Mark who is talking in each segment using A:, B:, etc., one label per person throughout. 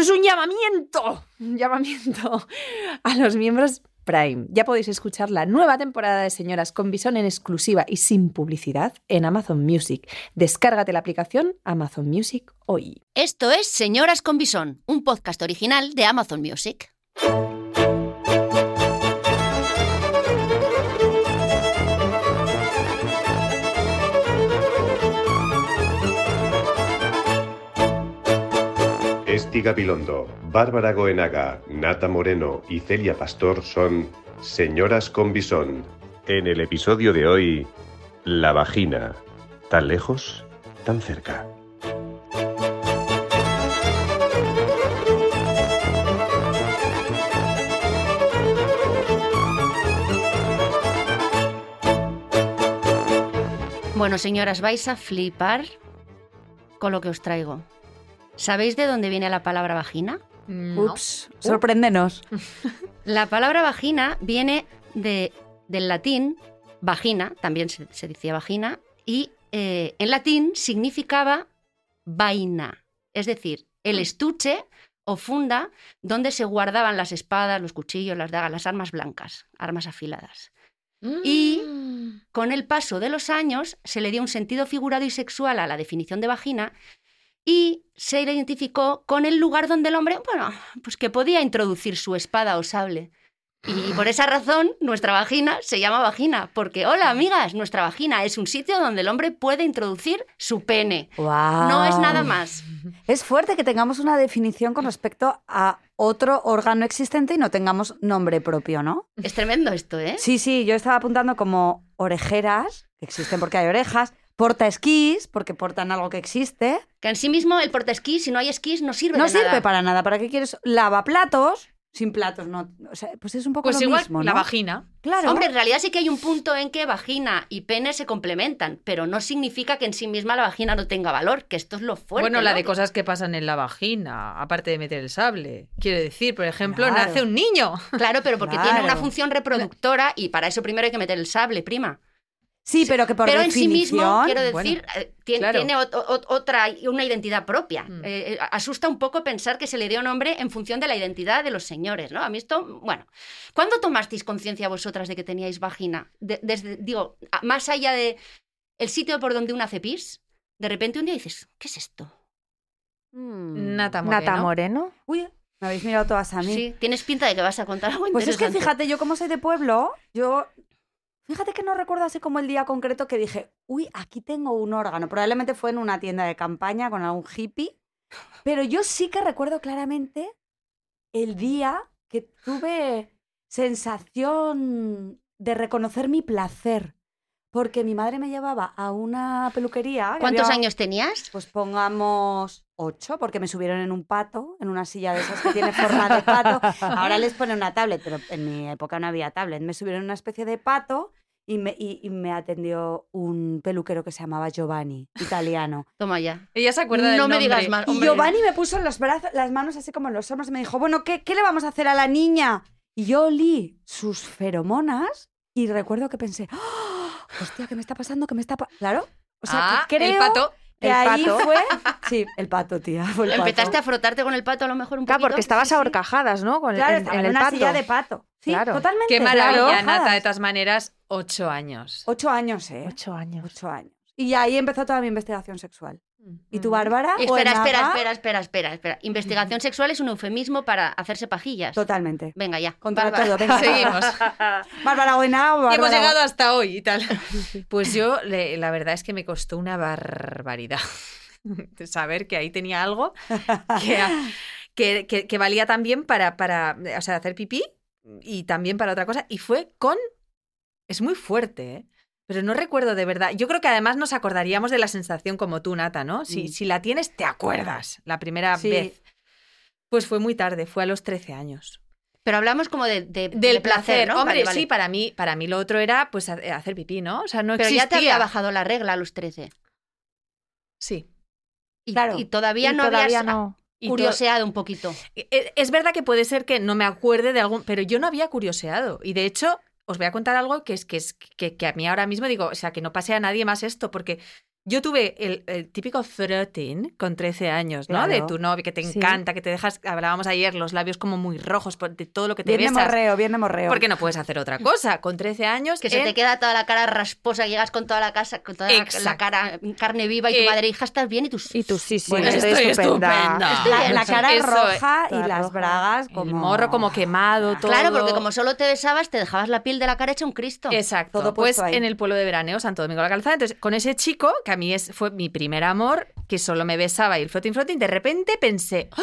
A: es un llamamiento, un llamamiento a los miembros Prime. Ya podéis escuchar la nueva temporada de Señoras con Bison en exclusiva y sin publicidad en Amazon Music. Descárgate la aplicación Amazon Music hoy.
B: Esto es Señoras con Bison, un podcast original de Amazon Music.
C: Esti Gabilondo, Bárbara Goenaga, Nata Moreno y Celia Pastor son señoras con bisón. En el episodio de hoy, la vagina. Tan lejos, tan cerca.
B: Bueno, señoras, vais a flipar con lo que os traigo. ¿Sabéis de dónde viene la palabra vagina?
D: Ups, sorpréndenos.
B: La palabra vagina viene de- del latín vagina, también se, se decía vagina, y eh, en latín significaba vaina, es decir, el estuche o funda donde se guardaban las espadas, los cuchillos, las dagas, las armas blancas, armas afiladas. Y- Con el paso de los años se le dio un sentido figurado y sexual a la definición de vagina y se le identificó con el lugar donde el hombre, bueno, pues que podía introducir su espada o sable. Y por esa razón nuestra vagina se llama vagina, porque hola amigas, nuestra vagina es un sitio donde el hombre puede introducir su pene.
D: Guau.
B: No es nada más.
D: Es fuerte que tengamos una definición con respecto a otro órgano existente y no tengamos nombre propio, ¿no?
B: Es tremendo esto, ¿eh?
D: Sí, sí, yo estaba apuntando como orejeras, que existen porque hay orejas, porta esquís, porque portan algo que existe.
B: Que en sí mismo el portaesquí, si no hay esquís, no sirve
D: No
B: de nada.
D: sirve para nada. ¿Para qué quieres lavaplatos? Sin platos, no. O sea, pues es un poco
E: Pues
D: lo
E: igual
D: mismo,
E: la
D: ¿no?
E: vagina.
D: Claro.
B: Hombre, en realidad sí que hay un punto en que vagina y pene se complementan, pero no significa que en sí misma la vagina no tenga valor, que esto es lo fuerte.
E: bueno, la
B: ¿no?
E: de cosas que pasan en la vagina, aparte de meter el sable. Quiero decir, por ejemplo,
D: Claro.
E: nace un niño.
B: Claro, pero porque
D: Claro.
B: tiene una función reproductora y para eso primero hay que meter el sable, prima.
D: sí, pero que por
B: pero en sí
D: definición...
B: mismo, quiero
E: bueno,
B: decir, eh, tien-
E: claro.
B: tiene ot- ot- otra, una identidad propia.
E: Mm.
B: Eh, eh, asusta un poco pensar que se le dio nombre en función de la identidad de los señores, ¿no? A mí esto, bueno. ¿Cuándo tomasteis conciencia vosotras de que teníais vagina? De- desde, digo, a- más allá de el sitio por donde una hace pis, de repente un día dices, ¿qué es esto?
D: Mm.
E: Nata Moreno.
F: Nata Moreno.
D: Uy, me habéis mirado todas a mí.
B: Sí, tienes pinta de que vas a contar algo
D: Pues es que
B: interesante.
D: fíjate, yo como soy de pueblo, yo. Fíjate que no recuerdo así como el día concreto que dije, uy, aquí tengo un órgano. Probablemente fue en una tienda de campaña con algún hippie. Pero yo sí que recuerdo claramente el día que tuve sensación de reconocer mi placer. Porque mi madre me llevaba a una peluquería. que
B: ¿Cuántos
D: había-
B: años tenías?
D: pues pongamos ocho, porque me subieron en un pato, en una silla de esas que tiene forma de pato. Ahora les ponen una tablet, pero en mi época no había tablet. Me subieron en una especie de pato y me, y- y me atendió un peluquero que se llamaba Giovanni, italiano.
B: Toma ya.
E: Ella se acuerda del
B: no me
E: nombre.
B: digas más.
D: Y
B: hombre.
D: Giovanni me puso los brazos, las manos así como en los hombros y me dijo, bueno, ¿qué, qué le vamos a hacer a la niña? Y yo olí sus feromonas y recuerdo que pensé, "¡Ah! hostia, ¿qué me está pasando? ¿Qué me está pasando? Claro. O sea,
E: ah,
D: que creo
E: el pato.
D: que
F: El
D: ahí
F: pato.
D: fue. Sí, el pato, tía. fue el pato.
B: Empezaste a frotarte con el pato a lo mejor un poco.
F: Claro, porque estabas a horcajadas, ¿no? Con el-
D: Claro,
F: en-
D: estaba
F: en,
D: en,
F: el
D: una
F: pato.
D: silla de pato. Sí,
F: Claro.
D: totalmente.
E: Qué maravilla,
D: claro.
E: Nata. De todas maneras, ocho años.
D: Ocho años, ¿eh?
F: Ocho años.
D: Ocho años. Y ahí empezó toda mi investigación sexual. ¿Y
E: Mm.
D: tú,
E: Ah,
D: Bárbara? o
B: Espera,
D: Enaga?
B: espera, espera, espera, espera, espera. Investigación sexual es un eufemismo para hacerse pajillas.
D: Totalmente.
B: Venga ya.
D: Contra
B: Bárbara.
D: todo, venga.
E: Seguimos.
D: Bárbara o Enaga o Bárbara.
E: Hemos llegado hasta hoy y tal. Pues yo, le- la verdad es que me costó una barbaridad saber que ahí tenía algo que, que, que- que valía también para, para o sea, hacer pipí y también para otra cosa. Y fue con... Es muy fuerte, ¿eh? Pero no recuerdo de verdad. Yo creo que además nos acordaríamos de la sensación como tú, Nata, ¿no? Si,
D: Mm.
E: si la tienes, te acuerdas la primera
D: Sí.
E: vez. Pues fue muy tarde, fue a los 13 años.
B: Pero hablamos como de, de-
E: Del
B: de
E: placer,
B: ¿no? Vale,
E: Hombre,
B: vale.
E: sí, para mí, para mí lo otro era pues ha- hacer pipí, ¿no? O sea, no
B: Pero
E: existía.
B: ya te había bajado la regla a los 13.
E: Sí.
B: Y,
D: Claro.
B: y todavía
F: Y
B: no
F: todavía
B: habías
F: no.
E: Y
B: curioseado un poquito.
E: to- e- Es verdad que puede ser que no me acuerde de algún, pero yo no había curioseado. Y de hecho, os voy a contar algo que es que es que, que a mí ahora mismo digo, o sea, que no pase a nadie más esto, porque Yo tuve el, el típico flirting con 13 años, ¿no?
D: Claro.
E: De tu novio, que te
A: Sí.
E: encanta, que te dejas, hablábamos ayer, los labios como muy rojos por- de todo lo que te
D: Viene
E: besas.
D: morreo, viene morreo.
E: Porque no puedes hacer otra cosa. Con 13 años.
B: Que se
E: en-
B: te queda toda la cara rasposa, que llegas con toda la casa, con toda la- la
E: Eh. Exacto.
B: cara carne viva y tu
E: Eh,
B: madre hija estás bien y tus
F: Y tú, sí, sí,
D: Bueno,
F: estoy,
E: estoy
F: estupenda.
E: estupenda.
D: la, la cara
E: Eso es. eh.
D: roja y
F: Toda
D: las
F: roja.
D: bragas
E: el
D: como...
E: morro como quemado, todo.
B: Claro, porque como solo te besabas, te dejabas la piel de la cara hecha un Cristo.
E: Exacto.
D: Todo
E: pues
D: puesto ahí.
E: en el pueblo de veraneo, Santo Domingo de la Calzada. Entonces, con ese chico, que a mí es, fue mi primer amor, que solo me besaba y el floating floating, de repente pensé, "¡Ah!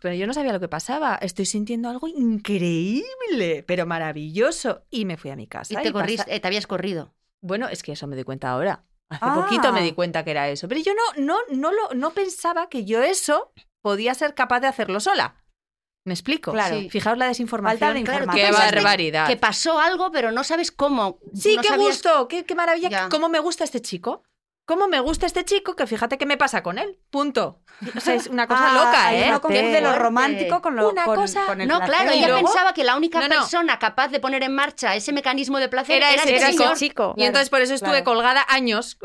E: pero yo no sabía lo que pasaba. Estoy sintiendo algo increíble, pero maravilloso. Y me fui a mi casa.
B: Y te,
E: pasa-
B: corriste, eh, te habías corrido.
E: Bueno, es que eso me doy cuenta ahora. Hace
D: Ah.
E: poquito me di cuenta que era eso. Pero yo no, no, no, lo, no pensaba que yo eso podía ser capaz de hacerlo sola. ¿Me explico?
D: Claro.
B: Sí.
E: Fijaos la desinformación.
D: Falta de
B: Claro, tú
E: ¡Qué
D: pensaste
E: barbaridad!
B: Que pasó algo, pero no sabes cómo.
E: Sí,
B: No
E: qué
B: sabías-
E: gusto, qué, qué maravilla.
B: Ya.
E: ¿Cómo me gusta este chico? ¿Cómo me gusta este chico? Que fíjate qué me pasa con él. Punto. O sea, es una cosa
D: Ah,
E: loca,
D: ahí
E: ¿eh?
D: uno confunde lo
B: Fuerte.
D: romántico con lo
E: Una
D: con-
E: cosa-
D: con el
B: No,
D: placer.
B: claro,
E: Y
B: ella
E: luego-
B: pensaba que la única
E: No, no.
B: persona capaz de poner en marcha ese mecanismo de placer
E: Era
B: era,
E: ese
B: este
E: chico.
B: señor.
F: chico.
E: Y entonces por eso estuve
D: claro.
E: colgada años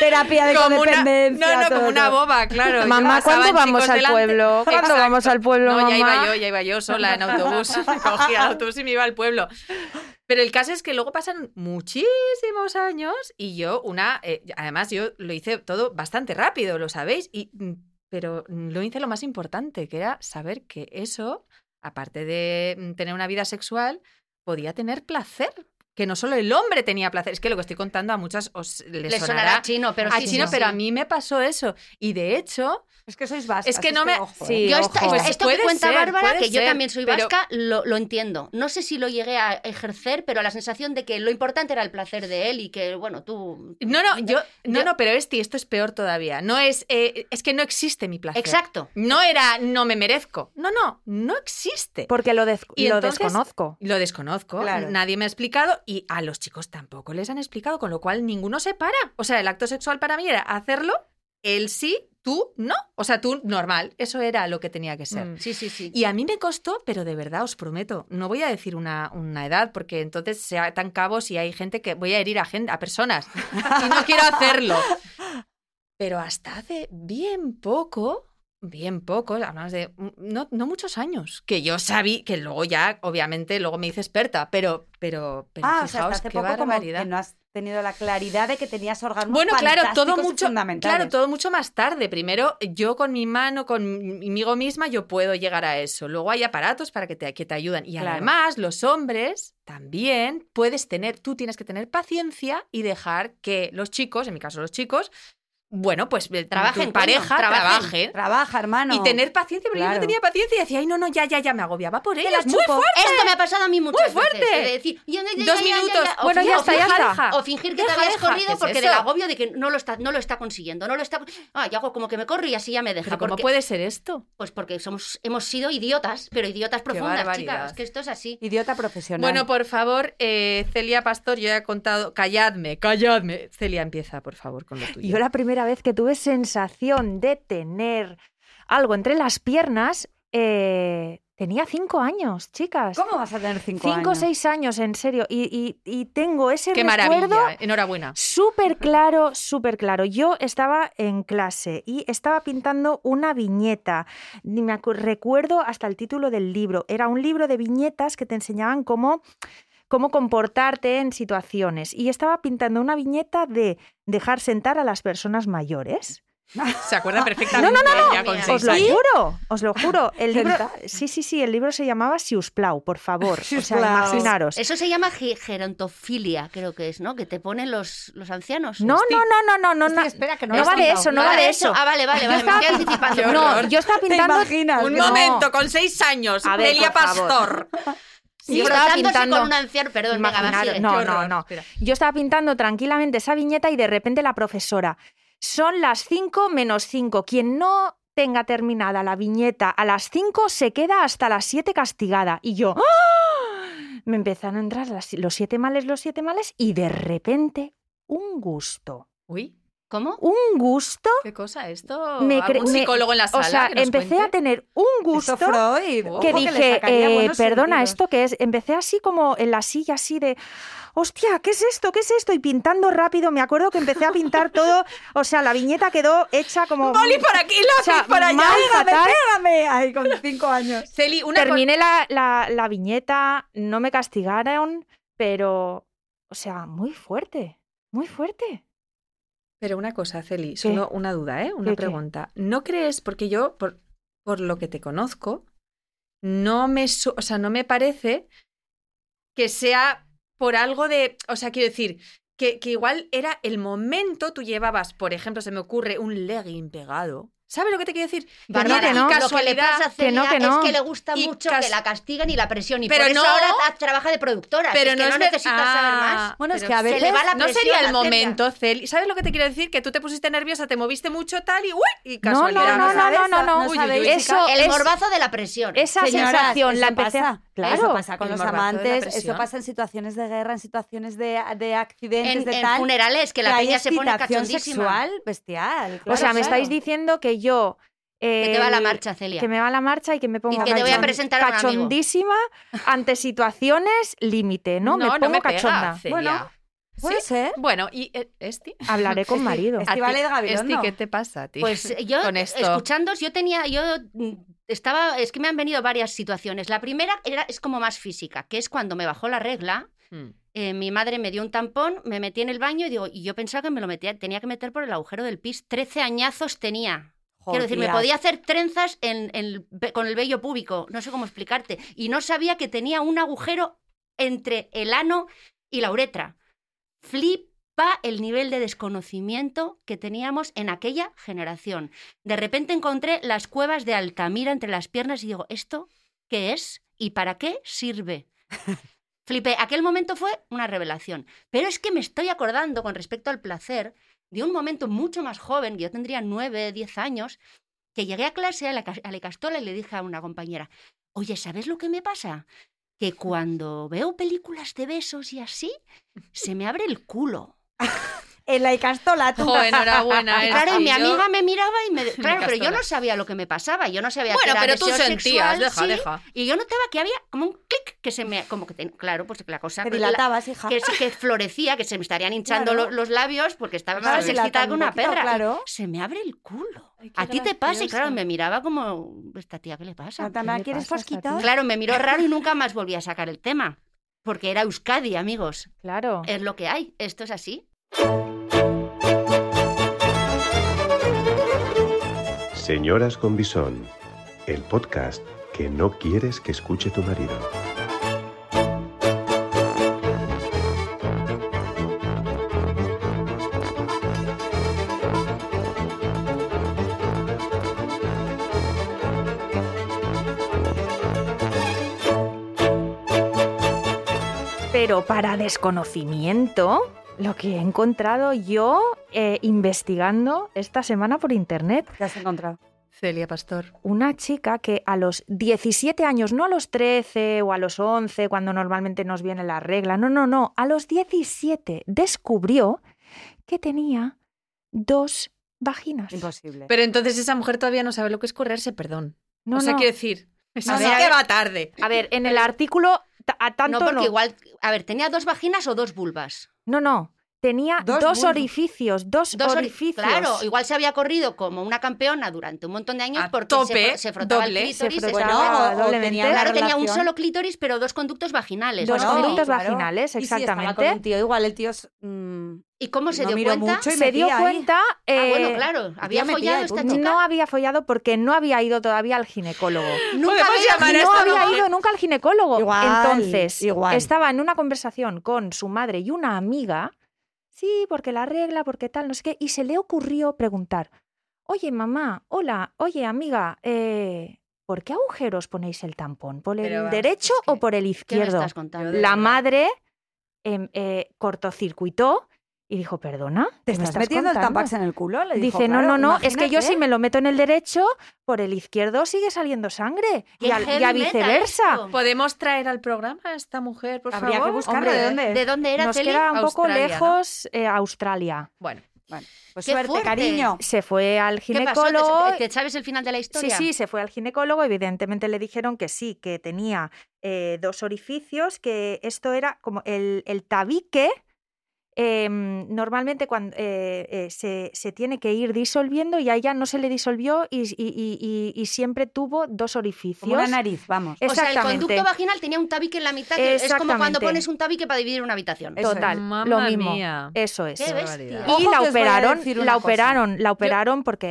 D: Terapia de
E: como una,
D: codependencia.
E: no, no,
D: todo,
E: como una
D: todo.
E: boba, claro. Yo
F: Mamá,
E: pasaban
F: ¿cuándo vamos
E: chicos
F: al
E: delante.
F: pueblo? ¿Cuándo
E: Exacto.
F: vamos al pueblo,
E: No, ya iba
F: mamá?
E: yo, ya iba yo sola en autobús. Me cogía el autobús y me iba al pueblo. Pero el caso es que luego pasan muchísimos años y yo una... eh, además, yo lo hice todo bastante rápido, lo sabéis, y, mm, pero lo hice lo más importante, que era saber que eso, aparte de mm, tener una vida sexual, podía tener placer. Que no solo el hombre tenía placer. Es que lo que estoy contando a muchas os les
B: Le
E: sonará
B: sonará chino, pero
E: a
B: sí,
E: chino,
B: sí,
E: pero
B: sí.
E: a mí me pasó eso. Y de hecho,
D: Es que sois vascas.
E: Es que no me-
D: ojo,
F: Sí.
D: ¿eh?
B: Yo esta-
F: ojo.
B: esta- esto que
E: pues Puede
B: cuenta
E: ser,
B: Bárbara,
E: puede
B: que yo
E: ser,
B: también soy
E: pero-
B: vasca, lo, lo entiendo. No sé si lo llegué a ejercer, pero la sensación de que lo importante era el placer de él y que, bueno, tú...
E: no, no, yo, no,
B: Yo-
E: no, pero Esti, esto es peor todavía. No es, eh, es que no existe mi placer.
B: Exacto.
E: No era, no me merezco. No, no, no existe.
F: Porque lo, des-
E: Y
F: lo
E: entonces-
F: desconozco.
E: Lo desconozco,
D: Claro.
E: nadie me ha explicado y a los chicos tampoco les han explicado, con lo cual ninguno se para. O sea, el acto sexual para mí era hacerlo, él sí, tú no. O sea, tú normal, eso era lo que tenía que ser.
F: Mm.
B: Sí, sí, sí.
E: Y a mí me costó, pero de verdad os prometo, no voy a decir una, una edad, porque entonces se tan cabos y hay gente que voy a herir a, gente, a personas. Y no quiero hacerlo. Pero hasta hace bien poco, bien poco, hablamos de mm, no, no muchos años, que yo sabí, que luego ya, obviamente, luego me hice experta, pero, pero, pero
D: Ah, o
E: fijaos
D: sea, hasta hace
E: qué
D: poco como que
E: barbaridad.
D: no has tenido la claridad de que tenías órganos
E: Bueno, claro, todo
D: fantásticos y
E: mucho,
D: fundamentales.
E: claro, todo mucho más tarde. Primero, yo con mi mano, conmigo misma, yo puedo llegar a eso. Luego hay aparatos para que te, que te ayudan. Y
D: Claro.
E: además, los hombres también puedes tener, tú tienes que tener paciencia y dejar que los chicos, en mi caso los chicos, bueno, pues eh,
B: Trabajen,
E: tu pareja,
B: coño, trabajen.
E: trabajen.
D: Trabaja, hermano.
E: Y tener paciencia, pero yo
D: Claro.
E: no tenía paciencia y decía, ay, no, no, ya, ya, ya, me agobiaba por ella. Es muy
D: chupo.
E: fuerte.
B: Esto me ha pasado a mí muchas
E: Muy fuerte.
B: veces, de decir, ya, ya, ya,
E: Dos
B: ya, ya,
E: minutos.
B: ya, o
E: Bueno,
B: fi-
E: ya
B: o
E: está, ya
B: fingir-
E: está.
B: O fingir que
E: Deja,
B: te habías
E: deja. ¿Qué
B: corrido
E: es
B: porque
E: eso?
B: del agobio de que no lo está, no lo está consiguiendo, no lo está... Ah, yo hago como que me corro y así ya me deja.
E: Pero ¿cómo
B: porque-
E: puede ser esto?
B: Pues porque somos, hemos sido idiotas, pero idiotas profundas,
E: barbaridad.
B: chicas. Es que esto es así.
D: Idiota profesional.
E: Bueno, por favor, eh, Celia Pastor, yo ya he contado. Calladme, calladme. Celia, empieza, por favor, con lo tuyo.
F: Yo la primera vez que tuve sensación de tener algo entre las piernas, eh, tenía cinco años, chicas.
D: ¿Cómo vas a tener cinco,
F: Cinco o
D: años?
F: seis años, en serio. Y, y- y tengo ese
E: Qué
F: recuerdo
E: maravilla, eh. enhorabuena.
F: súper claro, súper claro. Yo estaba en clase y estaba pintando una viñeta. Ni me acu- recuerdo hasta el título del libro. Era un libro de viñetas que te enseñaban cómo cómo comportarte en situaciones. Y estaba pintando una viñeta de dejar sentar a las personas mayores.
E: Se
F: Ah,
E: acuerda perfectamente. No, no,
B: no.
E: Con
B: Os
E: seis
F: Os lo
E: años.
F: juro, os lo juro. El libro,
D: ¿Ah, ¿Verdad?
F: sí, sí, sí, el libro se llamaba Siusplau, por favor. O sea,
D: Siusplau.
F: imaginaros.
B: Eso se llama ge- gerontofilia, creo que es, ¿no? Que te ponen los, los ancianos.
F: No, no, no, no, no, no,
D: Hostia,
F: no.
D: espera, que no,
F: No
D: lo has
F: va de
D: contado.
F: eso, no
B: Ah,
F: va de eso.
B: Ah, vale, vale, vale.
F: Yo
B: me
F: estaba-
B: estoy anticipando.
E: Qué
F: No,
E: horror.
F: yo estaba
D: ¿Te
F: pintando.
D: imaginas?
E: Un
F: No.
E: momento, con seis años.
F: A ver,
E: Celia
F: por favor.
E: Pastor.
F: Sí,
B: Frotándose
F: estaba pintando.
B: con un anciano, perdón, venga, va,
F: Imaginaros,
B: sigue.
F: no,
E: Qué horror.
F: no.
E: Espera.
F: Yo estaba pintando tranquilamente esa viñeta y de repente la profesora. Son las 5 menos 5. Quien no tenga terminada la viñeta a las 5 se queda hasta las 7 castigada. Y yo. ¡ah! Me empezaron a entrar las- los siete males, los siete males, y de repente un gusto.
E: Uy,
B: ¿Cómo?
F: Un gusto.
E: qué cosa esto.
F: Me cre-
E: ¿Algún
F: me-
E: psicólogo en la
F: O
E: sala?
F: sea,
E: que nos
F: empecé a
E: cuente?
F: tener un gusto
D: Esto Freud,
E: que
D: ojo
F: que
D: le
F: dije,
D: sacaría
F: eh,
D: buenos
F: perdona,
D: sentidos.
F: ¿esto que es? Empecé así como en la silla, así de, hostia, ¿qué es esto? ¿Qué es esto? Y pintando rápido, me acuerdo que empecé a pintar todo, o sea, la viñeta quedó hecha como...
E: Boli para aquí, lápiz
F: O sea,
E: para allá.
F: mal, fatal.
D: Pégame ahí con cinco años.
E: Celi, una co-
F: Terminé la, la- la viñeta, no me castigaron, pero, o sea, muy fuerte, muy fuerte.
E: Pero una cosa, Celi, solo una duda, ¿eh? Una
F: ¿Qué, qué?
E: pregunta. ¿No crees, porque yo, por, por lo que te conozco, no me, su- o sea, no me parece que sea por algo de. O sea, quiero decir. Que, que igual era el momento tú llevabas, por ejemplo, se me ocurre un legging pegado. ¿Sabes lo que te quiero decir?
B: Bárbara,
F: que no.
B: lo que le
E: Casualidad.
B: pasa a
F: Que no,
B: Celia
F: que no.
B: es que le gusta
E: Y
B: mucho
E: cas-
B: que la castigan y la presión. Y
E: Pero
B: por eso
E: no-
B: ahora ta- trabaja de productora.
E: Pero
B: es que
E: no
B: no,
E: es ver-
B: necesitas saber
E: Ah,
B: más.
D: Bueno, es
E: pero
D: que a
B: se
D: veces...
B: le va la
E: No
B: presión
E: sería el
B: a Celia.
E: momento, Celi. ¿Sabes lo que te quiero decir? Que tú te pusiste nerviosa, te moviste mucho tal y ¡uy! Y
F: No, no,
E: casualidad.
F: no, no,
E: ¿sabes?
F: no, no, no.
E: Uy, uy, uy.
D: sabéis,
F: Eso
D: chicas.
B: El
F: es-
B: morbazo de la presión.
F: Esa
D: Señoras,
F: sensación
D: eso
F: la empecé...
D: pasa,
F: Claro.
D: Eso pasa con
E: El
D: los
E: morbazo de la
D: amantes, eso
E: presión.
D: pasa en situaciones de guerra, en situaciones de, de accidentes,
B: en,
D: de
B: en
D: tal.
B: funerales, que la
D: hay
B: peña se pone
D: excitación
B: cachondísima.
D: sexual bestial.
F: o
D: claro,
F: sea, me
D: claro.
F: estáis diciendo que yo...
B: Que te va
F: el-
B: la marcha, Celia.
F: Que me va la marcha y que me pongo
B: que te voy a
F: cachon-
B: presentar a un amigo.
F: cachondísima ante situaciones límite, ¿no? me pongo
E: pega,
F: cachonda.
E: Celia.
D: Bueno, Puede
E: Sí.
D: ser.
E: Bueno, y eh, Esti.
F: Hablaré con marido.
E: A ti-
D: Estíbaliz Gabilondo.
E: Esti, ¿qué te pasa a ti?
B: Pues eh, yo,
E: Con esto.
B: escuchándos, yo tenía, yo mm, estaba, es que me han venido varias situaciones. La primera era, es como más física, que es cuando me bajó la regla,
E: Mm.
B: eh, mi madre me dio un tampón, me metí en el baño y, digo, y yo pensaba que me lo metía, tenía que meter por el agujero del pis. Trece añazos tenía. Quiero decir, me
D: Jodías.
B: podía hacer trenzas en, en el ve- con el vello púbico, no sé cómo explicarte. Y no sabía que tenía un agujero entre el ano y la uretra. Flipa el nivel de desconocimiento que teníamos en aquella generación. De repente encontré las cuevas de Altamira entre las piernas y digo, ¿esto qué es y para qué sirve? Flipé, aquel momento fue una revelación. Pero es que me estoy acordando con respecto al placer de un momento mucho más joven, que yo tendría 9, 10 años, que llegué a clase a la, cas- a la castola y le dije a una compañera, oye, ¿sabes lo que me pasa? Que cuando veo películas de besos y así, se me abre el culo.
D: En la Icastola, tú.
E: Jo, enhorabuena.
B: Y claro, y
E: Esti,
B: mi
E: yo-
B: amiga me miraba y me... Claro, pero yo
E: castola.
B: no sabía lo que me pasaba, yo no sabía que
E: Bueno,
B: era
E: pero tú
B: deseo sexual,
E: sentías, deja,
B: sí,
E: deja.
B: Y yo notaba que había como un clic que se me... Como que, ten- claro, pues que la cosa...
D: Te
B: la-
D: dilatabas, hija.
B: que, se- que florecía, que se me estarían hinchando
D: Claro.
B: lo- los labios porque estaba
D: Claro,
B: más
D: si la
B: excitada
D: tan
B: que una
D: poquito,
B: perra.
D: claro.
B: Se me abre el culo.
E: Ay, qué
B: a ti te pasa y claro,
E: gracioso.
B: me miraba como, ¿esta tía qué le pasa?
D: Natana,
F: ¿Qué le
D: ¿quieres
F: pasa a esta
D: fosquito?
F: tía?
B: Claro, me miró raro y nunca más volví a sacar el tema. Porque era Euskadi, amigos.
F: Claro.
B: Es lo que hay. Esto es así.
C: Señoras con Bisón, el podcast que no quieres que escuche tu marido.
F: Pero para desconocimiento, lo que he encontrado yo eh, investigando esta semana por internet,
D: ¿Qué has encontrado?
E: Celia Pastor.
F: una chica que a los 17 años, no a los 13 o a los 11, cuando normalmente nos viene la regla, no, no, no, a los 17 descubrió que tenía dos vaginas.
D: Imposible.
E: Pero entonces esa mujer todavía no sabe lo que es correrse, perdón.
F: No,
E: o sea,
F: no.
E: quiero decir, es
F: No,
E: así
F: no.
E: que va tarde.
F: A ver, en el artículo ta- a tanto
B: No, porque igual, a ver, tenía dos vaginas o dos vulvas.
F: No, no. Tenía
D: Dos
F: dos,
D: bulbos.
F: orificios, dos,
B: Dos ori-
F: orificios.
B: Claro, igual se había corrido como una campeona durante un montón de años
E: A
B: porque
E: tope,
B: se, fro- se frotaba
E: doble,
B: el
E: se
B: clítoris. se
F: frotaba
B: sacaba-
F: Claro, doblemente.
D: tenía una
B: Claro, tenía un
D: relación.
B: solo clítoris, pero dos conductos vaginales.
F: Dos
B: ¿no?
D: Bueno,
F: conductos
D: claro.
F: vaginales,
D: Y si estaba
F: exactamente.
D: con un tío, igual el tío es, mm,
B: ¿Y cómo se
D: no
B: dio
D: miró
B: cuenta?
D: mucho y
F: se dio
D: metía ahí.
F: cuenta.
B: Ah, bueno,
F: eh,
B: claro, había
D: metía
B: follado
D: y
B: esta
D: punto.
B: chica.
F: No había follado porque no había ido todavía al ginecólogo.
B: Nunca
E: Podemos
B: había-
E: llamar a
F: no
E: esta
F: había
E: mujer.
F: ido nunca al ginecólogo.
D: Igual,
F: Entonces,
D: igual.
F: estaba en una conversación con su madre y una amiga. Sí, porque la regla, porque tal, no sé qué. Y se le ocurrió preguntar: Oye, mamá, hola, oye, amiga, eh, ¿por qué agujeros ponéis el tampón? ¿Por el
E: Pero vamos,
F: derecho
E: es que-
F: o por el
B: ¿Qué me
F: izquierdo?
B: estás contando?
E: Yo de-
F: la
E: verdad.
F: madre em, eh, cortocircuitó y dijo, perdona,
D: ¿Te
F: ¿qué me
D: estás, metiendo el
F: contando?".
D: tampax en el culo? Le dijo,
F: Dice, no,
D: claro,
F: no, no, es que yo
D: imagínate.
F: si me lo meto en el derecho, por el izquierdo sigue saliendo sangre
B: ¿Qué
F: y al- y a,
B: heavy metal
F: viceversa.
B: esto?
A: Pues,
E: ¿Podemos traer al programa a esta mujer, por
D: Habría
E: favor?
D: que buscarlo.
E: Hombre,
D: ¿De dónde?
B: ¿De dónde era
F: Nos
B: Celia?
F: queda un poco
E: Australia, ¿no?
F: lejos eh, Australia.
E: Bueno,
D: Bueno, pues
B: ¡Qué
D: suerte,
B: fuerte!
D: cariño.
F: Se fue al
B: ¿Qué pasó?
F: ginecólogo.
B: ¿Te, te sabes el final de la
F: Sí,
B: historia?
F: sí, se fue al ginecólogo. Evidentemente le dijeron que sí, que tenía eh, dos orificios, que esto era como el, el tabique. em, normalmente cuando eh, se, se tiene que ir disolviendo y a ella no se le disolvió y, y- y- y- y siempre tuvo dos orificios.
D: Como una nariz, vamos.
F: Eh,
B: O sea, el
F: Exactamente.
B: conducto vaginal tenía un tabique en la mitad. que es como cuando
F: Exactamente.
B: pones un tabique para dividir una habitación.
D: Eso es.
F: Total, lo
E: Mamma
F: mismo.
E: mía.
F: Eso es.
B: ¡Qué
E: Qué
B: bestia!
E: barbaridad.
F: Y
D: Ojo
F: la
D: que os voy a
F: operaron,
D: decir una
F: la
D: cosa.
F: operaron, la operaron porque,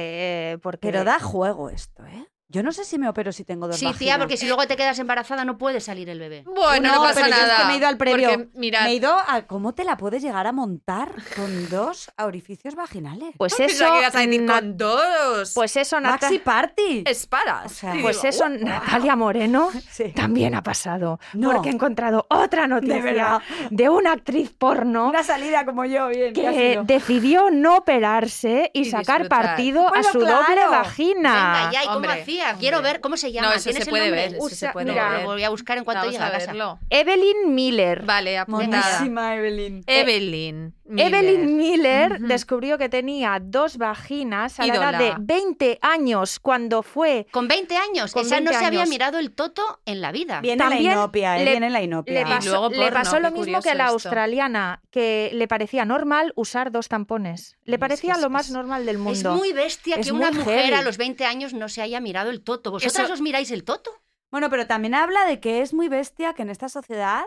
F: eh, porque.
D: Pero da juego esto, ¿eh? Yo no sé si me opero si tengo dos
B: Sí, tía,
D: vaginas.
B: porque si luego te quedas embarazada no puede salir el bebé.
E: Bueno,
D: No,
E: no, pasa
D: pero yo es que
E: nada.
D: me he ido al previo.
E: Porque, mirad,
D: Me he ido a cómo te la puedes llegar a montar con dos orificios vaginales.
F: Pues eso.
E: pensaba que ibas a decir
F: na-
E: con dos
F: Pues eso, Nata-
D: Maxi Party.
E: espadas.
D: O sea,
E: Y
F: pues
E: digo,
F: eso,
E: "Uh".
F: Natalia Moreno
D: Sí.
F: también ha pasado.
D: No.
F: Porque he encontrado otra noticia
D: De verdad.
F: de una actriz porno
D: Una salida como yo, bien. ¿qué ha
F: que
D: sido?
F: decidió no operarse y,
E: Y
F: sacar
E: disfrutar.
F: partido
D: Bueno,
F: a su
D: claro.
F: doble vagina.
B: Venga, ya, ¿y cómo
E: Hombre,
B: hacía? Quiero
E: hombre.
B: ver cómo se llama.
E: No, eso
B: ¿Tienes el
E: se puede
B: nombre?
E: ver, eso se
F: Usa-
E: puede
F: mira,
E: ver.
B: Lo voy a buscar en cuanto
E: Vamos
B: llegue a,
E: a
B: casa.
E: verlo.
F: Evelyn Miller.
E: Vale, apuntada. Eh,
D: Monísima, Evelyn.
F: Eh,
E: Evelyn.
F: Evelyn Miller
E: Ujú.
F: descubrió que tenía dos vaginas a la
E: Ídola.
F: edad de 20 años cuando fue
B: Con 20 años.
F: Con
B: Esa no
F: 20
B: se había
F: años.
B: mirado el toto en la vida.
D: Viene la
F: También
D: inopia, ¿eh?
F: le-
D: Viene la
F: Le
D: inopia.
E: pas-
F: pasó,
E: luego
F: le
E: porno,
F: pasó lo
E: qué
F: mismo que a la
E: curioso esto.
F: australiana, que le parecía normal usar dos tampones. Le
E: Es
F: parecía
E: que
F: lo
E: es-
F: más
E: es-
F: normal del
B: Es
F: mundo.
B: muy bestia
F: Es
B: que una
F: muy
B: mujer
F: heavy.
B: a los 20 años no se haya mirado el toto. ¿Vosotras
E: Eso-
B: os miráis el toto?
D: Bueno, pero también habla de que es muy bestia que en esta sociedad,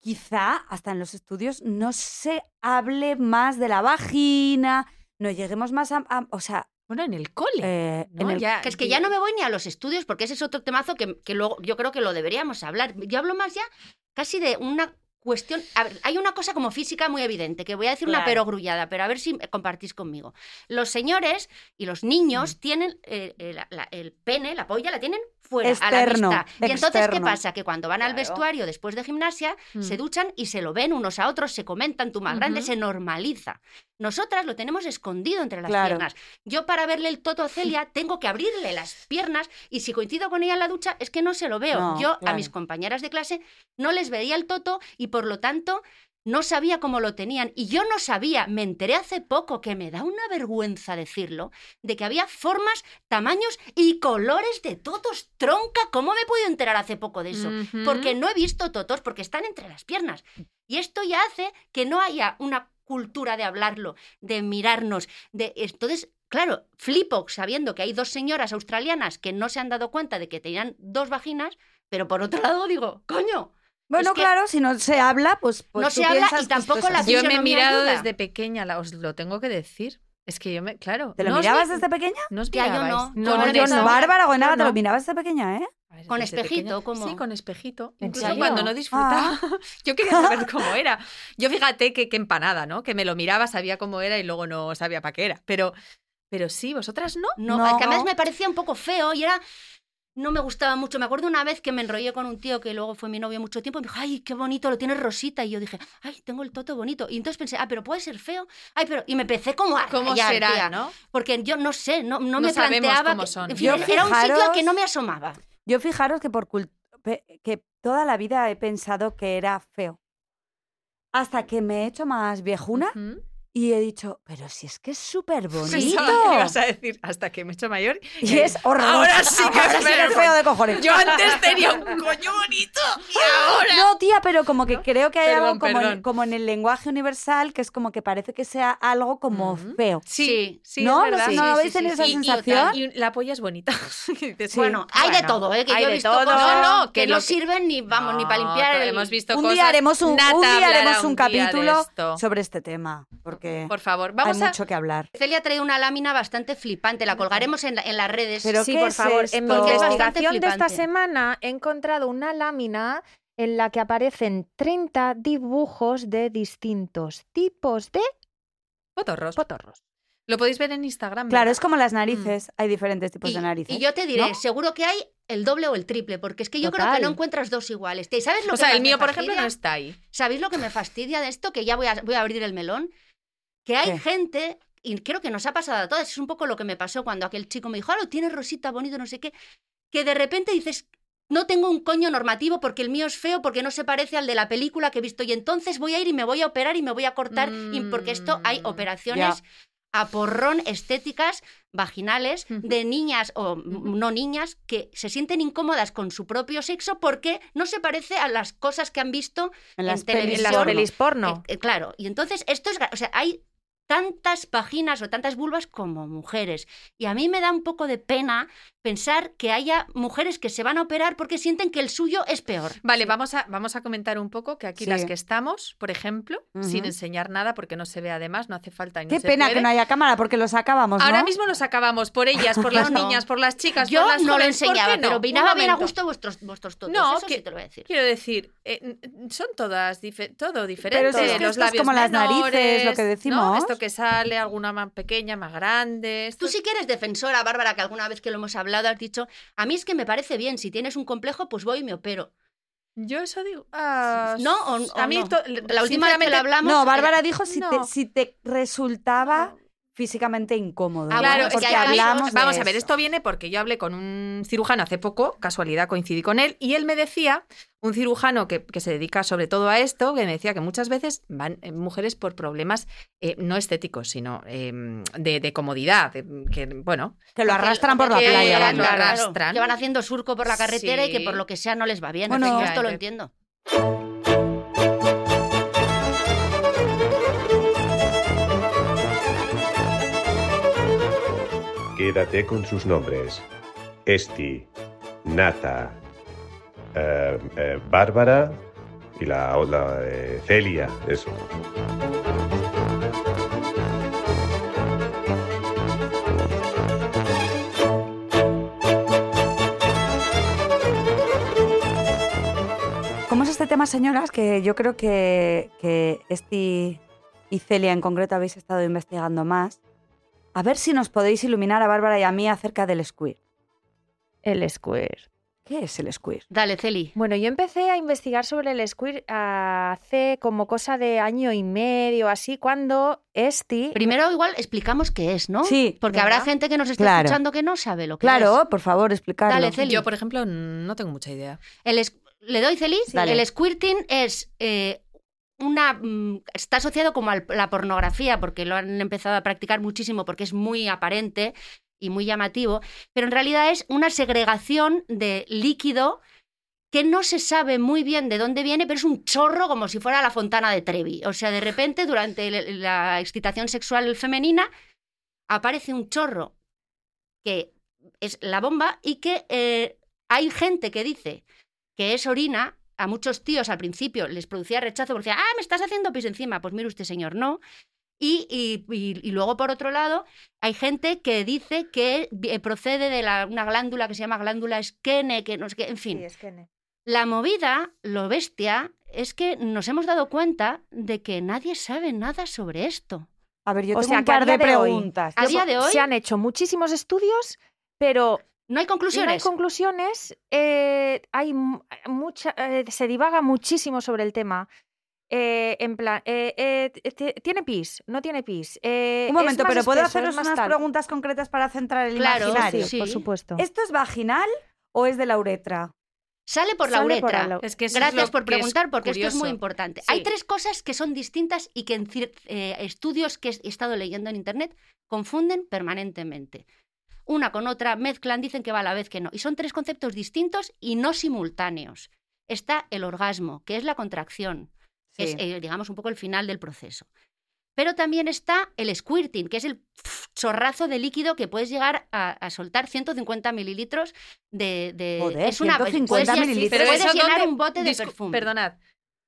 D: quizá hasta en los estudios, no se hable más de la vagina, no lleguemos más a. a- o sea,
E: Bueno, en el cole.
D: eh,
E: ¿no?
D: en el-
E: Ya-
B: Que es que ya no me voy ni a los estudios porque ese es otro temazo que, que luego yo creo que lo deberíamos hablar. Yo hablo más ya casi de una cuestión... a ver, hay una cosa como física muy evidente, que voy a decir una
D: Claro.
B: perogrullada, pero a ver si compartís conmigo. Los señores y los niños
D: Mm.
B: tienen eh, eh, la- la- el pene, la polla, la tienen fuera,
D: Externo,
B: a la vista. Y entonces, ¿qué
D: externo.
B: pasa? Que cuando van al
D: Claro.
B: vestuario después de gimnasia,
E: Mm.
B: se duchan y se lo ven unos a otros, se comentan tú más grande,
E: Ujú.
B: se normaliza. Nosotras lo tenemos escondido entre las
D: Claro.
B: piernas. Yo para verle el toto a Celia tengo que abrirle las piernas y si coincido con ella en la ducha es que no se lo veo.
D: No,
B: Yo a
D: claro.
B: mis compañeras de clase no les veía el toto y por lo tanto no sabía cómo lo tenían. Y yo no sabía, me enteré hace poco que me da una vergüenza decirlo, de que había formas, tamaños y colores de totos. Tronca, ¿cómo me he podido enterar hace poco de eso?
E: Ujú.
B: porque no he visto totos, porque están entre las piernas. Y esto ya hace que no haya una cultura de hablarlo, de mirarnos, de entonces, claro, flipo sabiendo que hay dos señoras australianas que no se han dado cuenta de que tenían dos vaginas, pero por otro lado digo, coño,
D: Bueno,
B: es que-
D: claro, si no se habla, pues. pues
B: No
D: tú
B: se habla
D: piensas
B: y
D: tus
B: tampoco
D: cosas.
B: la
E: Yo me he
B: fisionomía
E: mirado
B: ayuda.
E: desde pequeña, la- os lo tengo que decir. Es que yo me, claro.
D: ¿Te lo
E: no os
D: mirabas
E: mi-
D: desde pequeña?
E: No os
B: Tía, yo
E: mirabais.
B: no.
F: No,
E: Con
F: yo
E: esa-
F: no.
D: Bárbara Goenaga,
E: no.
D: te lo mirabas desde pequeña, ¿eh?
E: A ver,
B: Con
E: desde
B: espejito,
E: pequeña-
B: ¿cómo?
E: Sí, con espejito.
F: ¿En
E: Incluso
F: serio?
E: cuando no
D: Ah,
E: disfrutaba. Yo quería saber cómo era. Yo fíjate que, que empanada, ¿no? Que me lo miraba, sabía cómo era y luego no sabía para qué era. Pero, pero sí, vosotras no.
B: No,
D: No.
B: es que además me parecía un poco feo y era. No me gustaba mucho. Me acuerdo una vez que me enrollé con un tío que luego fue mi novio mucho tiempo y me dijo, ay, qué bonito, lo tienes rosita. Y yo dije, ay, tengo el toto bonito. Y entonces pensé, ah, pero puede ser feo. Ay, pero. Y me empecé como a.
E: ¿Cómo
B: rayar,
E: será,
B: Ah, tía,
E: no?
B: Porque yo no sé, no, no,
E: No
B: me
E: sabemos
B: planteaba.
E: cómo
B: que-
E: son.
B: en fin,
E: Yo
B: era un sitio al
D: fijaros-
B: que no me asomaba.
D: Yo fijaros que por cult- pe- que toda la vida he pensado que era feo. Hasta que me he hecho más viejuna
E: Ujú.
D: y he dicho, pero si es que es súper bonito.
E: Pensaba que ibas a decir hasta que me he hecho mayor.
D: Y es horroroso.
E: Ahora sí que
D: Ahora
E: es
D: sí
E: feo.
D: de cojones.
E: Yo antes tenía un coño bonito y ahora.
D: No, tía, pero como que creo que hay
E: Perdón,
D: algo como en,
E: perdón.
D: como en el lenguaje universal que es como que parece que sea algo como
E: Ujú.
D: feo.
E: Sí, sí,
D: no,
E: es
D: no,
E: verdad.
D: no
E: Sí,
D: habéis
E: sí,
D: tenido
E: sí,
D: esa
E: sí. Y- y
D: sensación.
E: Y, la polla es bonita. Y dices,
B: Bueno, hay de
E: bueno,
B: todo, ¿eh? Que
E: hay
B: yo he
E: de
B: visto
E: todo,
B: cosas
E: no, que
B: que, no
E: lo que-
B: sirven ni, vamos, ni para
E: No,
B: limpiar. el-
E: Hemos visto
D: un
E: cosas.
D: día haremos un,
E: Nata
D: un día
E: hablará
D: haremos un,
E: un día de
D: capítulo
E: esto.
D: sobre este tema, porque
E: Por favor,
D: hay
E: vamos a.
D: mucho que hablar.
B: Celia trae una lámina bastante flipante,
E: Mm.
B: la colgaremos en, la- en las redes.
D: Pero
F: sí,
D: ¿qué
F: por
D: es
F: favor.
D: esto?
F: En mi
B: Porque es bastante
F: investigación de esta
B: flipante.
F: semana he encontrado una lámina en la que aparecen 30 dibujos de distintos tipos de
E: Potorros.
F: potorros.
E: Lo podéis ver en Instagram.
D: Claro,
E: ¿verdad?
D: es como las narices, hay diferentes tipos
B: y,
D: pues de narices.
B: y yo te diré,
D: ¿no?
B: seguro que hay el doble o el triple, porque es que yo creo que
F: Total.
B: no encuentras dos iguales. ¿Te- ¿Sabes lo
E: O
B: que
E: sea,
B: más
E: el
B: me
E: mío, por ejemplo,
B: fastidia?
E: no está ahí.
B: ¿Sabéis lo que me fastidia de esto? Que ya voy a, voy a abrir el melón. Que hay
D: ¿Qué?
B: gente, y creo que nos ha pasado a todas, es un poco lo que me pasó cuando aquel chico me dijo, ah, lo tienes rosita, bonito, no sé qué, que de repente dices, no tengo un coño normativo porque el mío es feo, porque no se parece al de la película que he visto, y entonces voy a ir y me voy a operar y me voy a cortar, y porque esto hay
E: Mm,
B: operaciones a porrón estéticas vaginales de niñas o no niñas que se sienten incómodas con su propio sexo porque no se parece a las cosas que han visto
D: En las
F: En
B: televisión.
F: las pelis porno.
B: Eh, eh, claro, y entonces esto es, gra- o sea, hay tantas vaginas o tantas vulvas como mujeres. Y a mí me da un poco de pena pensar que haya mujeres que se van a operar porque sienten que el suyo es peor.
E: Vale, vamos, a, vamos a comentar un poco que aquí
D: Sí.
E: las que estamos, por ejemplo, sin
D: Ujú.
E: enseñar nada porque no se ve además, no hace falta. y no
D: Qué
E: se
D: pena
E: puede.
D: que no haya cámara porque lo sacábamos, ¿no?
E: Ahora mismo nos acabamos por ellas, por las
B: Claro.
E: niñas, por las chicas.
B: Yo
E: por las
B: no lo
E: jóvenes, ¿por
B: enseñaba,
E: qué no?
B: pero
E: Un
B: vinaba bien a
E: momento.
B: gusto vuestros, vuestros totos,
E: No,
B: eso
E: que-
B: sí te lo voy a decir.
E: Quiero decir, eh, n- n- son todas dife- todo diferente. eh,
D: Pero si es que esto
E: los
D: es
E: labios
D: como las narices, lo que
E: menores, ¿no?
D: decimos.
E: Esto que sale, alguna más pequeña, más grande. esto-
B: Tú sí que eres defensora, Bárbara, que alguna vez que lo hemos hablado has dicho, a mí es que me parece bien, si tienes un complejo, pues voy y me opero.
E: Yo eso digo. ah,
B: ¿No? ¿O-
E: a
B: o
E: mí,
B: no?
E: to-
B: La última vez que
E: sinceramente,
B: lo hablamos...
D: No, Bárbara dijo si,
E: No.
D: te, si te resultaba físicamente incómodo.
B: Ah,
D: ¿no?
E: Claro,
B: bueno,
D: porque
E: es que a mí-
D: hablamos de
E: vamos a ver,
D: eso.
E: esto viene porque yo hablé con un cirujano hace poco, casualidad coincidí con él, y él me decía, un cirujano que, que se dedica sobre todo a esto, que me decía que muchas veces van eh, mujeres por problemas eh, no estéticos, sino eh, de, de comodidad, de- que bueno,
D: Que lo
B: porque-
D: arrastran por la
E: porque-
D: playa.
E: lo
B: claro,
D: vamos.
B: claro,
E: arrastran.
B: Que van haciendo surco por la carretera y que
E: Sí.
B: por lo que sea no les va bien.
D: Bueno,
B: Bueno, esto lo
E: efectivamente.
B: entiendo.
C: Quédate con sus nombres. Esti, Nata, eh, eh, Bárbara y la otra, eh, Celia, eso.
D: ¿Cómo es este tema, señoras? Que yo creo que, que Esti y Celia en concreto habéis estado investigando más. A ver si nos podéis iluminar a Bárbara y a mí acerca del squeer.
F: El square.
D: ¿Qué es el squeer?
B: Dale, Celi.
F: Bueno, yo empecé a investigar sobre el square ah, hace como cosa de año y medio, así, cuando este, Esti...
B: Primero igual explicamos qué es, ¿no?
D: Sí,
B: Porque
F: ¿verdad?
B: habrá gente que nos está
D: Claro.
B: escuchando que no sabe lo que es.
D: Claro, por favor, explicarlo.
B: Dale, Celi.
E: yo por ejemplo no tengo mucha idea.
B: El es- ¿Le doy Celi?
D: Dale.
B: El squirting es eh, una. mm, Está asociado como a la pornografía, porque lo han empezado a practicar muchísimo, porque es muy aparente y muy llamativo. Pero en realidad es una segregación de líquido que no se sabe muy bien de dónde viene, pero es un chorro como si fuera la fontana de Trevi. O sea, de repente, durante el- la excitación sexual femenina, aparece un chorro que es la bomba y que eh, hay gente que dice que es orina, a muchos tíos al principio les producía rechazo porque decía, ah, me estás haciendo pis encima. Pues mire usted, señor, no. Y, y- y- y luego, por otro lado, hay gente que dice que eh, procede de la- una glándula que se llama glándula esquene, que no sé qué, en fin.
F: Sí, es que ne-
B: La movida, lo bestia, es que nos hemos dado cuenta de que nadie sabe nada sobre esto.
D: A ver, yo
F: O
D: tengo
F: sea,
D: un
F: que a
D: par de,
F: día de hoy-
D: preguntas.
B: A día de hoy
F: Se han hecho muchísimos estudios, pero
B: no hay
F: no hay
B: conclusiones.
F: conclusiones. eh, hay mu- mucha, eh, se divaga muchísimo sobre el tema. Eh, en plan, eh, eh, t- t- ¿tiene pis? ¿No tiene pis? Eh,
D: Un
F: ¿es
D: momento,
F: más
D: pero puedo
F: espeso?
D: haceros
F: ¿Es más
D: unas
F: tal?
D: preguntas concretas para centrar el
B: Claro,
D: imaginario.
B: sí.
F: por supuesto.
D: ¿Esto es vaginal o es de la uretra?
B: Sale por la
F: Sale por
B: uretra.
F: la u-
E: Es que eso es
B: Gracias
E: lo
B: por
E: que es
B: preguntar, porque esto es muy
E: curioso.
B: importante.
E: Sí.
B: Hay tres cosas que son distintas y que en cier- eh, estudios que he estado leyendo en internet confunden permanentemente. Una con otra, mezclan, dicen que va a la vez que no. Y son tres conceptos distintos y no simultáneos. Está el orgasmo, que es la contracción, que es, eh, digamos, un poco el final del proceso. Pero también está el squirting, que es el chorrazo de líquido que puedes llegar a, a soltar 150 mililitros de... de-
D: Joder,
B: es una, pues,
D: 150
B: puedes llen-
D: mililitros.
B: puedes
E: eso
B: llenar
E: ¿dónde-
B: un bote de
E: discu-
B: perfume.
E: Perdonad,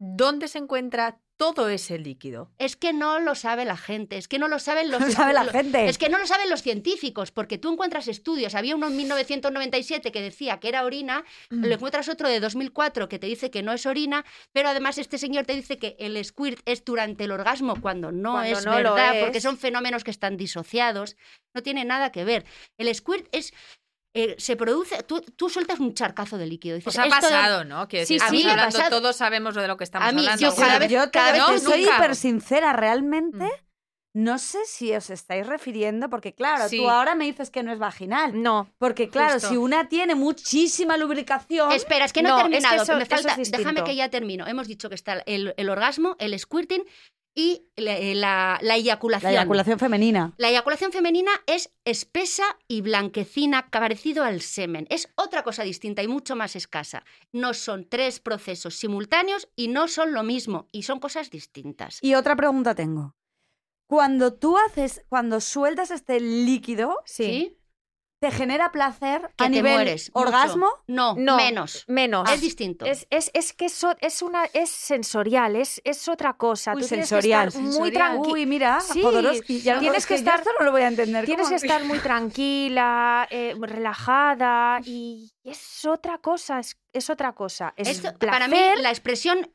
E: ¿dónde se encuentra todo ese líquido?
B: Es que no lo sabe la gente, es que no lo saben los...
D: No sabe la
B: lo-
D: gente.
B: Es que no lo saben los científicos, porque tú encuentras estudios. Había uno en 1997 que decía que era orina, lo encuentras otro de 2004 que te dice que no es orina, pero además este señor te dice que el squirt es durante el orgasmo cuando no
F: Cuando
B: es
F: no lo
B: verdad,
F: es.
B: porque son fenómenos que están disociados. No tiene nada que ver. El squirt es... eh, se produce, tú, tú sueltas un charcazo de líquido. Dices,
E: Os ha
B: "Esto de-
E: pasado, ¿no? Quiero
B: Sí, sí,
E: decir, estamos
B: me ha
E: hablando,
B: pasado.
E: todos sabemos lo de lo que estamos
B: A mí,
E: hablando.
B: yo
E: alguna
B: cada
E: vez.
B: vez-
D: yo te-
B: cada vez
D: te
B: que
D: soy
E: nunca.
D: hiper sincera, realmente no sé si os estáis refiriendo, porque claro,
E: Sí.
D: tú ahora me dices que no es vaginal.
F: No,
D: Porque claro,
E: Justo.
D: si una tiene muchísima lubricación,
B: Espera, es que no,
F: No,
B: he
F: es que
B: terminado. que
F: eso-
B: me
F: eso es
B: falta,
F: distinto.
B: déjame que ya termino. Hemos dicho que está el, el orgasmo, el squirting y la, eh, la- la
D: La
B: eyaculación.
D: eyaculación femenina.
B: La eyaculación femenina es espesa y blanquecina, parecido al semen. Es otra cosa distinta y mucho más escasa. No son tres procesos simultáneos y no son lo mismo, y son cosas distintas.
D: Y otra pregunta tengo. Cuando tú haces, cuando sueltas este líquido,
B: ¿Sí?
D: ¿te genera placer
B: Que
D: a
B: te
D: nivel
B: mueres mucho.
D: orgasmo?
B: No,
F: No.
B: menos.
F: Menos.
B: es distinto.
F: Es, es- es que eso es una es sensorial, es, es otra cosa.
D: Uy,
F: Tú tienes que
D: sensorial.
F: estar muy
E: Sensorial.
F: tranquila.
D: Uy, mira,
F: Sí,
D: Jodorowsky, ya no-
F: tienes
D: es
F: que
D: yo
F: estar-
D: esto no lo voy a entender.
F: Tienes
D: ¿cómo?
F: que estar muy tranquila, eh, relajada y es otra cosa, es, es otra cosa. Es
B: Esto,
F: placer,
B: para mí, la expresión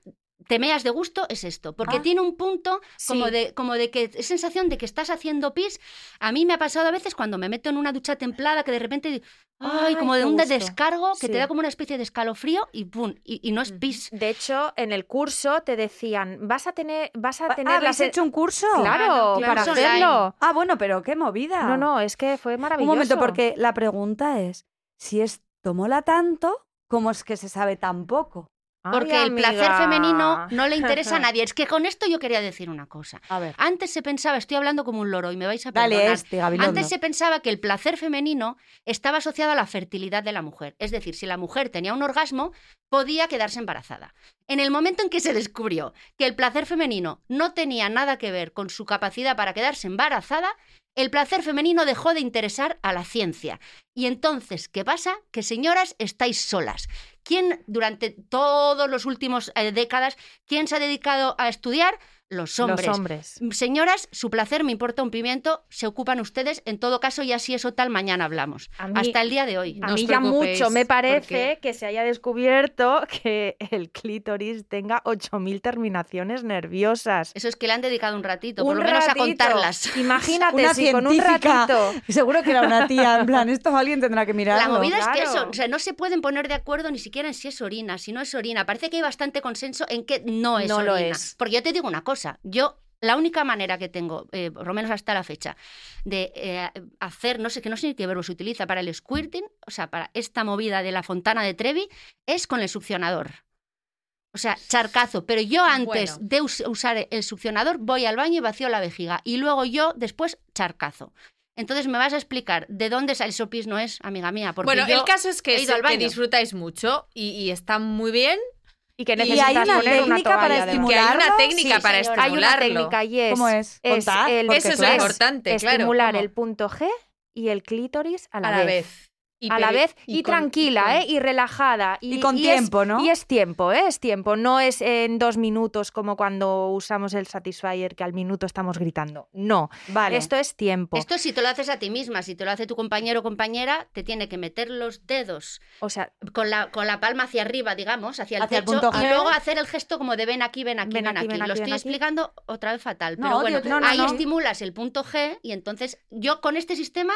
B: te meas de gusto es esto, porque
D: Ah.
B: tiene un punto como,
F: Sí.
B: de, como de que es sensación de que estás haciendo pis. A mí me ha pasado a veces cuando me meto en una ducha templada que de repente, digo, ay,
F: Ay,
B: como de
F: qué
B: un
F: gusto.
B: descargo que te
F: Sí.
B: da como una especie de escalofrío y pum, y, y no es pis.
F: De hecho, en el curso te decían, vas a tener, vas a
D: Ah,
F: tener
D: ¿Habéis
F: las e-".
D: hecho un curso?
F: Claro,
E: Ah, no, claro,
F: para
B: es online.
F: hacerlo.
D: Ah, bueno, pero qué movida.
F: No, no, es que fue
D: Un
F: maravilloso.
D: momento, porque la pregunta es, si esto mola tanto, ¿cómo es que se sabe tan poco?
F: Ay,
B: Porque el
F: amiga.
B: placer femenino no le interesa a nadie. Es que con esto yo quería decir una cosa.
D: A ver.
B: Antes se pensaba, estoy hablando como un loro y me vais a perdonar.
D: Dale este, Gabilondo.
B: Antes se pensaba que el placer femenino estaba asociado a la fertilidad de la mujer. Es decir, si la mujer tenía un orgasmo, podía quedarse embarazada. En el momento en que se descubrió que el placer femenino no tenía nada que ver con su capacidad para quedarse embarazada, el placer femenino dejó de interesar a la ciencia. Y entonces, ¿qué pasa? Que señoras estáis solas. ¿Quién durante todos los últimos eh, décadas, quién se ha dedicado a estudiar? Los hombres.
F: Los hombres.
B: Señoras, su placer me importa un pimiento, se ocupan ustedes, en todo caso, y así eso tal, mañana hablamos.
F: A mí-
B: Hasta el día de hoy.
F: A
E: No os
F: mí ya
E: preocupéis,
F: mucho me parece
E: porque-
F: que se haya descubierto que el clítoris tenga 8.000 terminaciones nerviosas.
B: Eso es que le han dedicado un ratito, por
F: Un
B: lo menos
F: ratito.
B: a contarlas.
F: Imagínate
D: Una
F: si con un
D: científica.
F: ratito.
D: Seguro que era una tía, en plan, esto alguien tendrá que mirarlo.
B: La movida es que
F: claro.
B: eso, o sea, no se pueden poner de acuerdo ni siquiera en si es orina, si no es orina. Parece que hay bastante consenso en que no es
F: No
B: orina.
F: lo es.
B: Porque yo te digo una cosa, yo la única manera que tengo, eh, por lo menos hasta la fecha, de eh, hacer, no sé, que no sé ni qué verbo se utiliza para el squirting, o sea, para esta movida de la fontana de Trevi, es con el succionador. O sea, charcazo. Pero yo antes
E: Bueno.
B: de us- usar el succionador voy al baño y vacío la vejiga. Y luego yo después charcazo. Entonces me vas a explicar de dónde sale eso pis no es, amiga mía. Porque
E: bueno,
B: yo-
E: el caso es que,
B: he ido al
E: que
B: baño.
E: disfrutáis mucho y, y está muy bien.
F: Y que
E: Y hay
F: necesitas
E: una
F: poner una
D: técnica para
F: toalla debajo.
E: Que hay una
D: ¿Estimularlo?
E: técnica
B: Sí,
E: para
B: señora.
F: Hay una
E: estimularlo.
F: técnica y es,
D: ¿Cómo es?
F: es
D: Contad,
F: el-
D: porque
E: Eso es lo
D: claro,
E: importante, claro.
F: estimular
E: ¿Cómo?
F: el punto G y el clítoris a la,
E: a la vez. Y
F: a la
E: pedi-
F: vez y,
E: con-
F: tranquila,
E: con-
F: ¿eh? Y relajada. Y,
D: Y con
F: y es-
D: tiempo, ¿no?
F: Y es tiempo, ¿eh? Es tiempo. No es en dos minutos como cuando usamos el Satisfyer que al minuto estamos gritando. No.
D: Vale.
F: Esto es tiempo.
B: Esto si te lo haces a ti misma, si te lo hace tu compañero o compañera, te tiene que meter los dedos
F: O sea,
B: con la, con la palma hacia arriba, digamos, hacia el
D: Hacia el
B: techo,
D: punto
B: y
D: G.
B: luego hacer el gesto como de ven aquí, ven aquí, ven, aquí. lo
F: ven
B: estoy
F: aquí.
B: explicando otra vez fatal,
D: No,
B: pero
D: tío,
B: bueno,
D: tío, no,
B: ahí
D: no.
B: estimulas el punto G y entonces yo con este sistema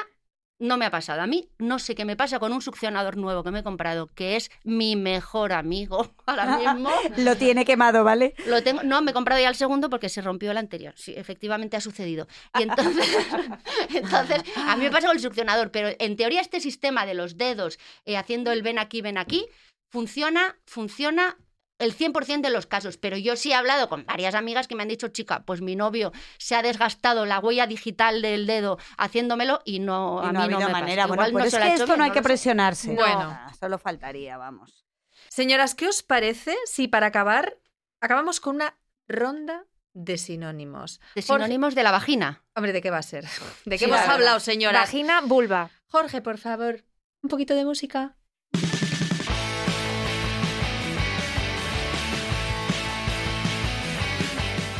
B: no me ha pasado. A mí no sé qué me pasa con un succionador nuevo que me he comprado, que es mi mejor amigo ahora mismo.
D: Lo tiene quemado, ¿vale?
B: Lo tengo, no, me he comprado ya el segundo porque se rompió el anterior. Sí, efectivamente ha sucedido. Y entonces, entonces a mí me pasa con el succionador, pero en teoría este sistema de los dedos eh, haciendo el ven aquí, ven aquí, funciona, funciona el 100% de los casos, pero yo sí he hablado con varias amigas que me han dicho, chica, pues mi novio se ha desgastado la huella digital del dedo haciéndomelo y no,
D: Y
B: a
D: no ha
B: mí no
D: habido
B: me
D: manera.
B: pasa.
D: Bueno,
B: Igual
D: pues
B: no
D: es
B: se lo ha
D: que
B: hecho
D: esto
B: bien,
D: no hay
B: lo
D: que
B: sé.
D: presionarse.
E: Bueno.
D: No, solo faltaría, vamos.
E: Señoras, ¿qué os parece si para acabar acabamos con una ronda de sinónimos?
B: De
E: Jorge-
B: sinónimos de la vagina.
E: Hombre, ¿de qué va a ser? ¿De
D: Sí,
E: qué hemos
D: la verdad.
E: hablado, señoras?
F: vagina, vulva.
E: Jorge, por favor, un poquito de música.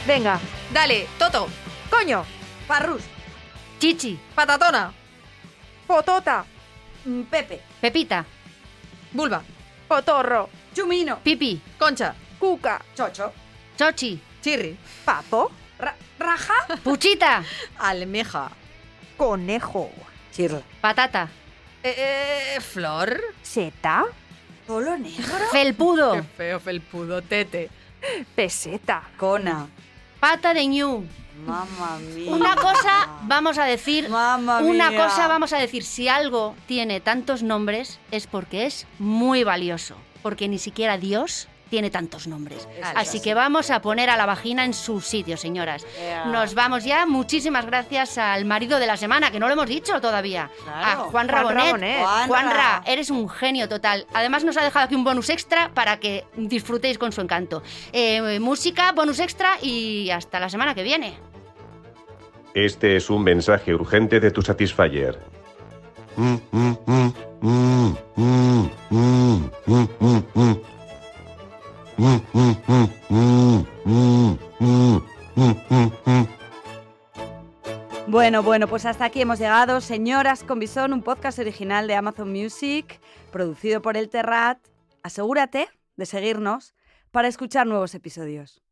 F: Venga,
E: Dale, Toto,
F: coño,
D: Parrus,
B: Chichi,
E: patatona,
F: potota,
D: mm, Pepe,
B: Pepita,
E: vulva,
F: potorro,
D: Chumino,
B: Pipi,
E: concha,
F: cuca,
D: Chocho,
B: Chochi,
E: chirri,
F: papo,
D: ra- Raja,
B: Puchita,
E: almeja,
F: conejo,
D: Chirla.
B: Patata,
E: eh, eh, flor,
F: seta,
D: Tolo negro.
E: qué
B: Felpudo,
E: feo felpudo, tete,
F: peseta.
D: Cona.
B: Pata de Ñu.
D: Mamma mía.
B: Una cosa vamos a decir,
D: Mamma
B: una
D: mía.
B: cosa vamos a decir, si algo tiene tantos nombres es porque es muy valioso, porque ni siquiera Dios tiene tantos nombres.
E: Eso
B: Así
E: es.
B: que vamos a poner a la vagina en su sitio, señoras.
D: Ea.
B: Nos vamos ya. Muchísimas gracias al marido de la semana, que no lo hemos dicho todavía.
D: Claro.
B: A Juan Rabonet.
F: Rabonet.
D: Juanra.
B: Juanra, eres un genio total. Además, nos ha dejado aquí un bonus extra para que disfrutéis con su encanto. Eh, música, bonus extra y hasta la semana que viene.
C: Este es un mensaje urgente de tu Satisfyer. Mm, mm, mm, mm, mm, mm, mm, mm, mm. Mm, mm, mm, mm, mm, mm, mm, mm, mm.
D: Bueno, bueno, pues hasta aquí hemos llegado. Señoras con Bisón, un podcast original de Amazon Music, producido por El Terrat. Asegúrate de seguirnos para escuchar nuevos episodios.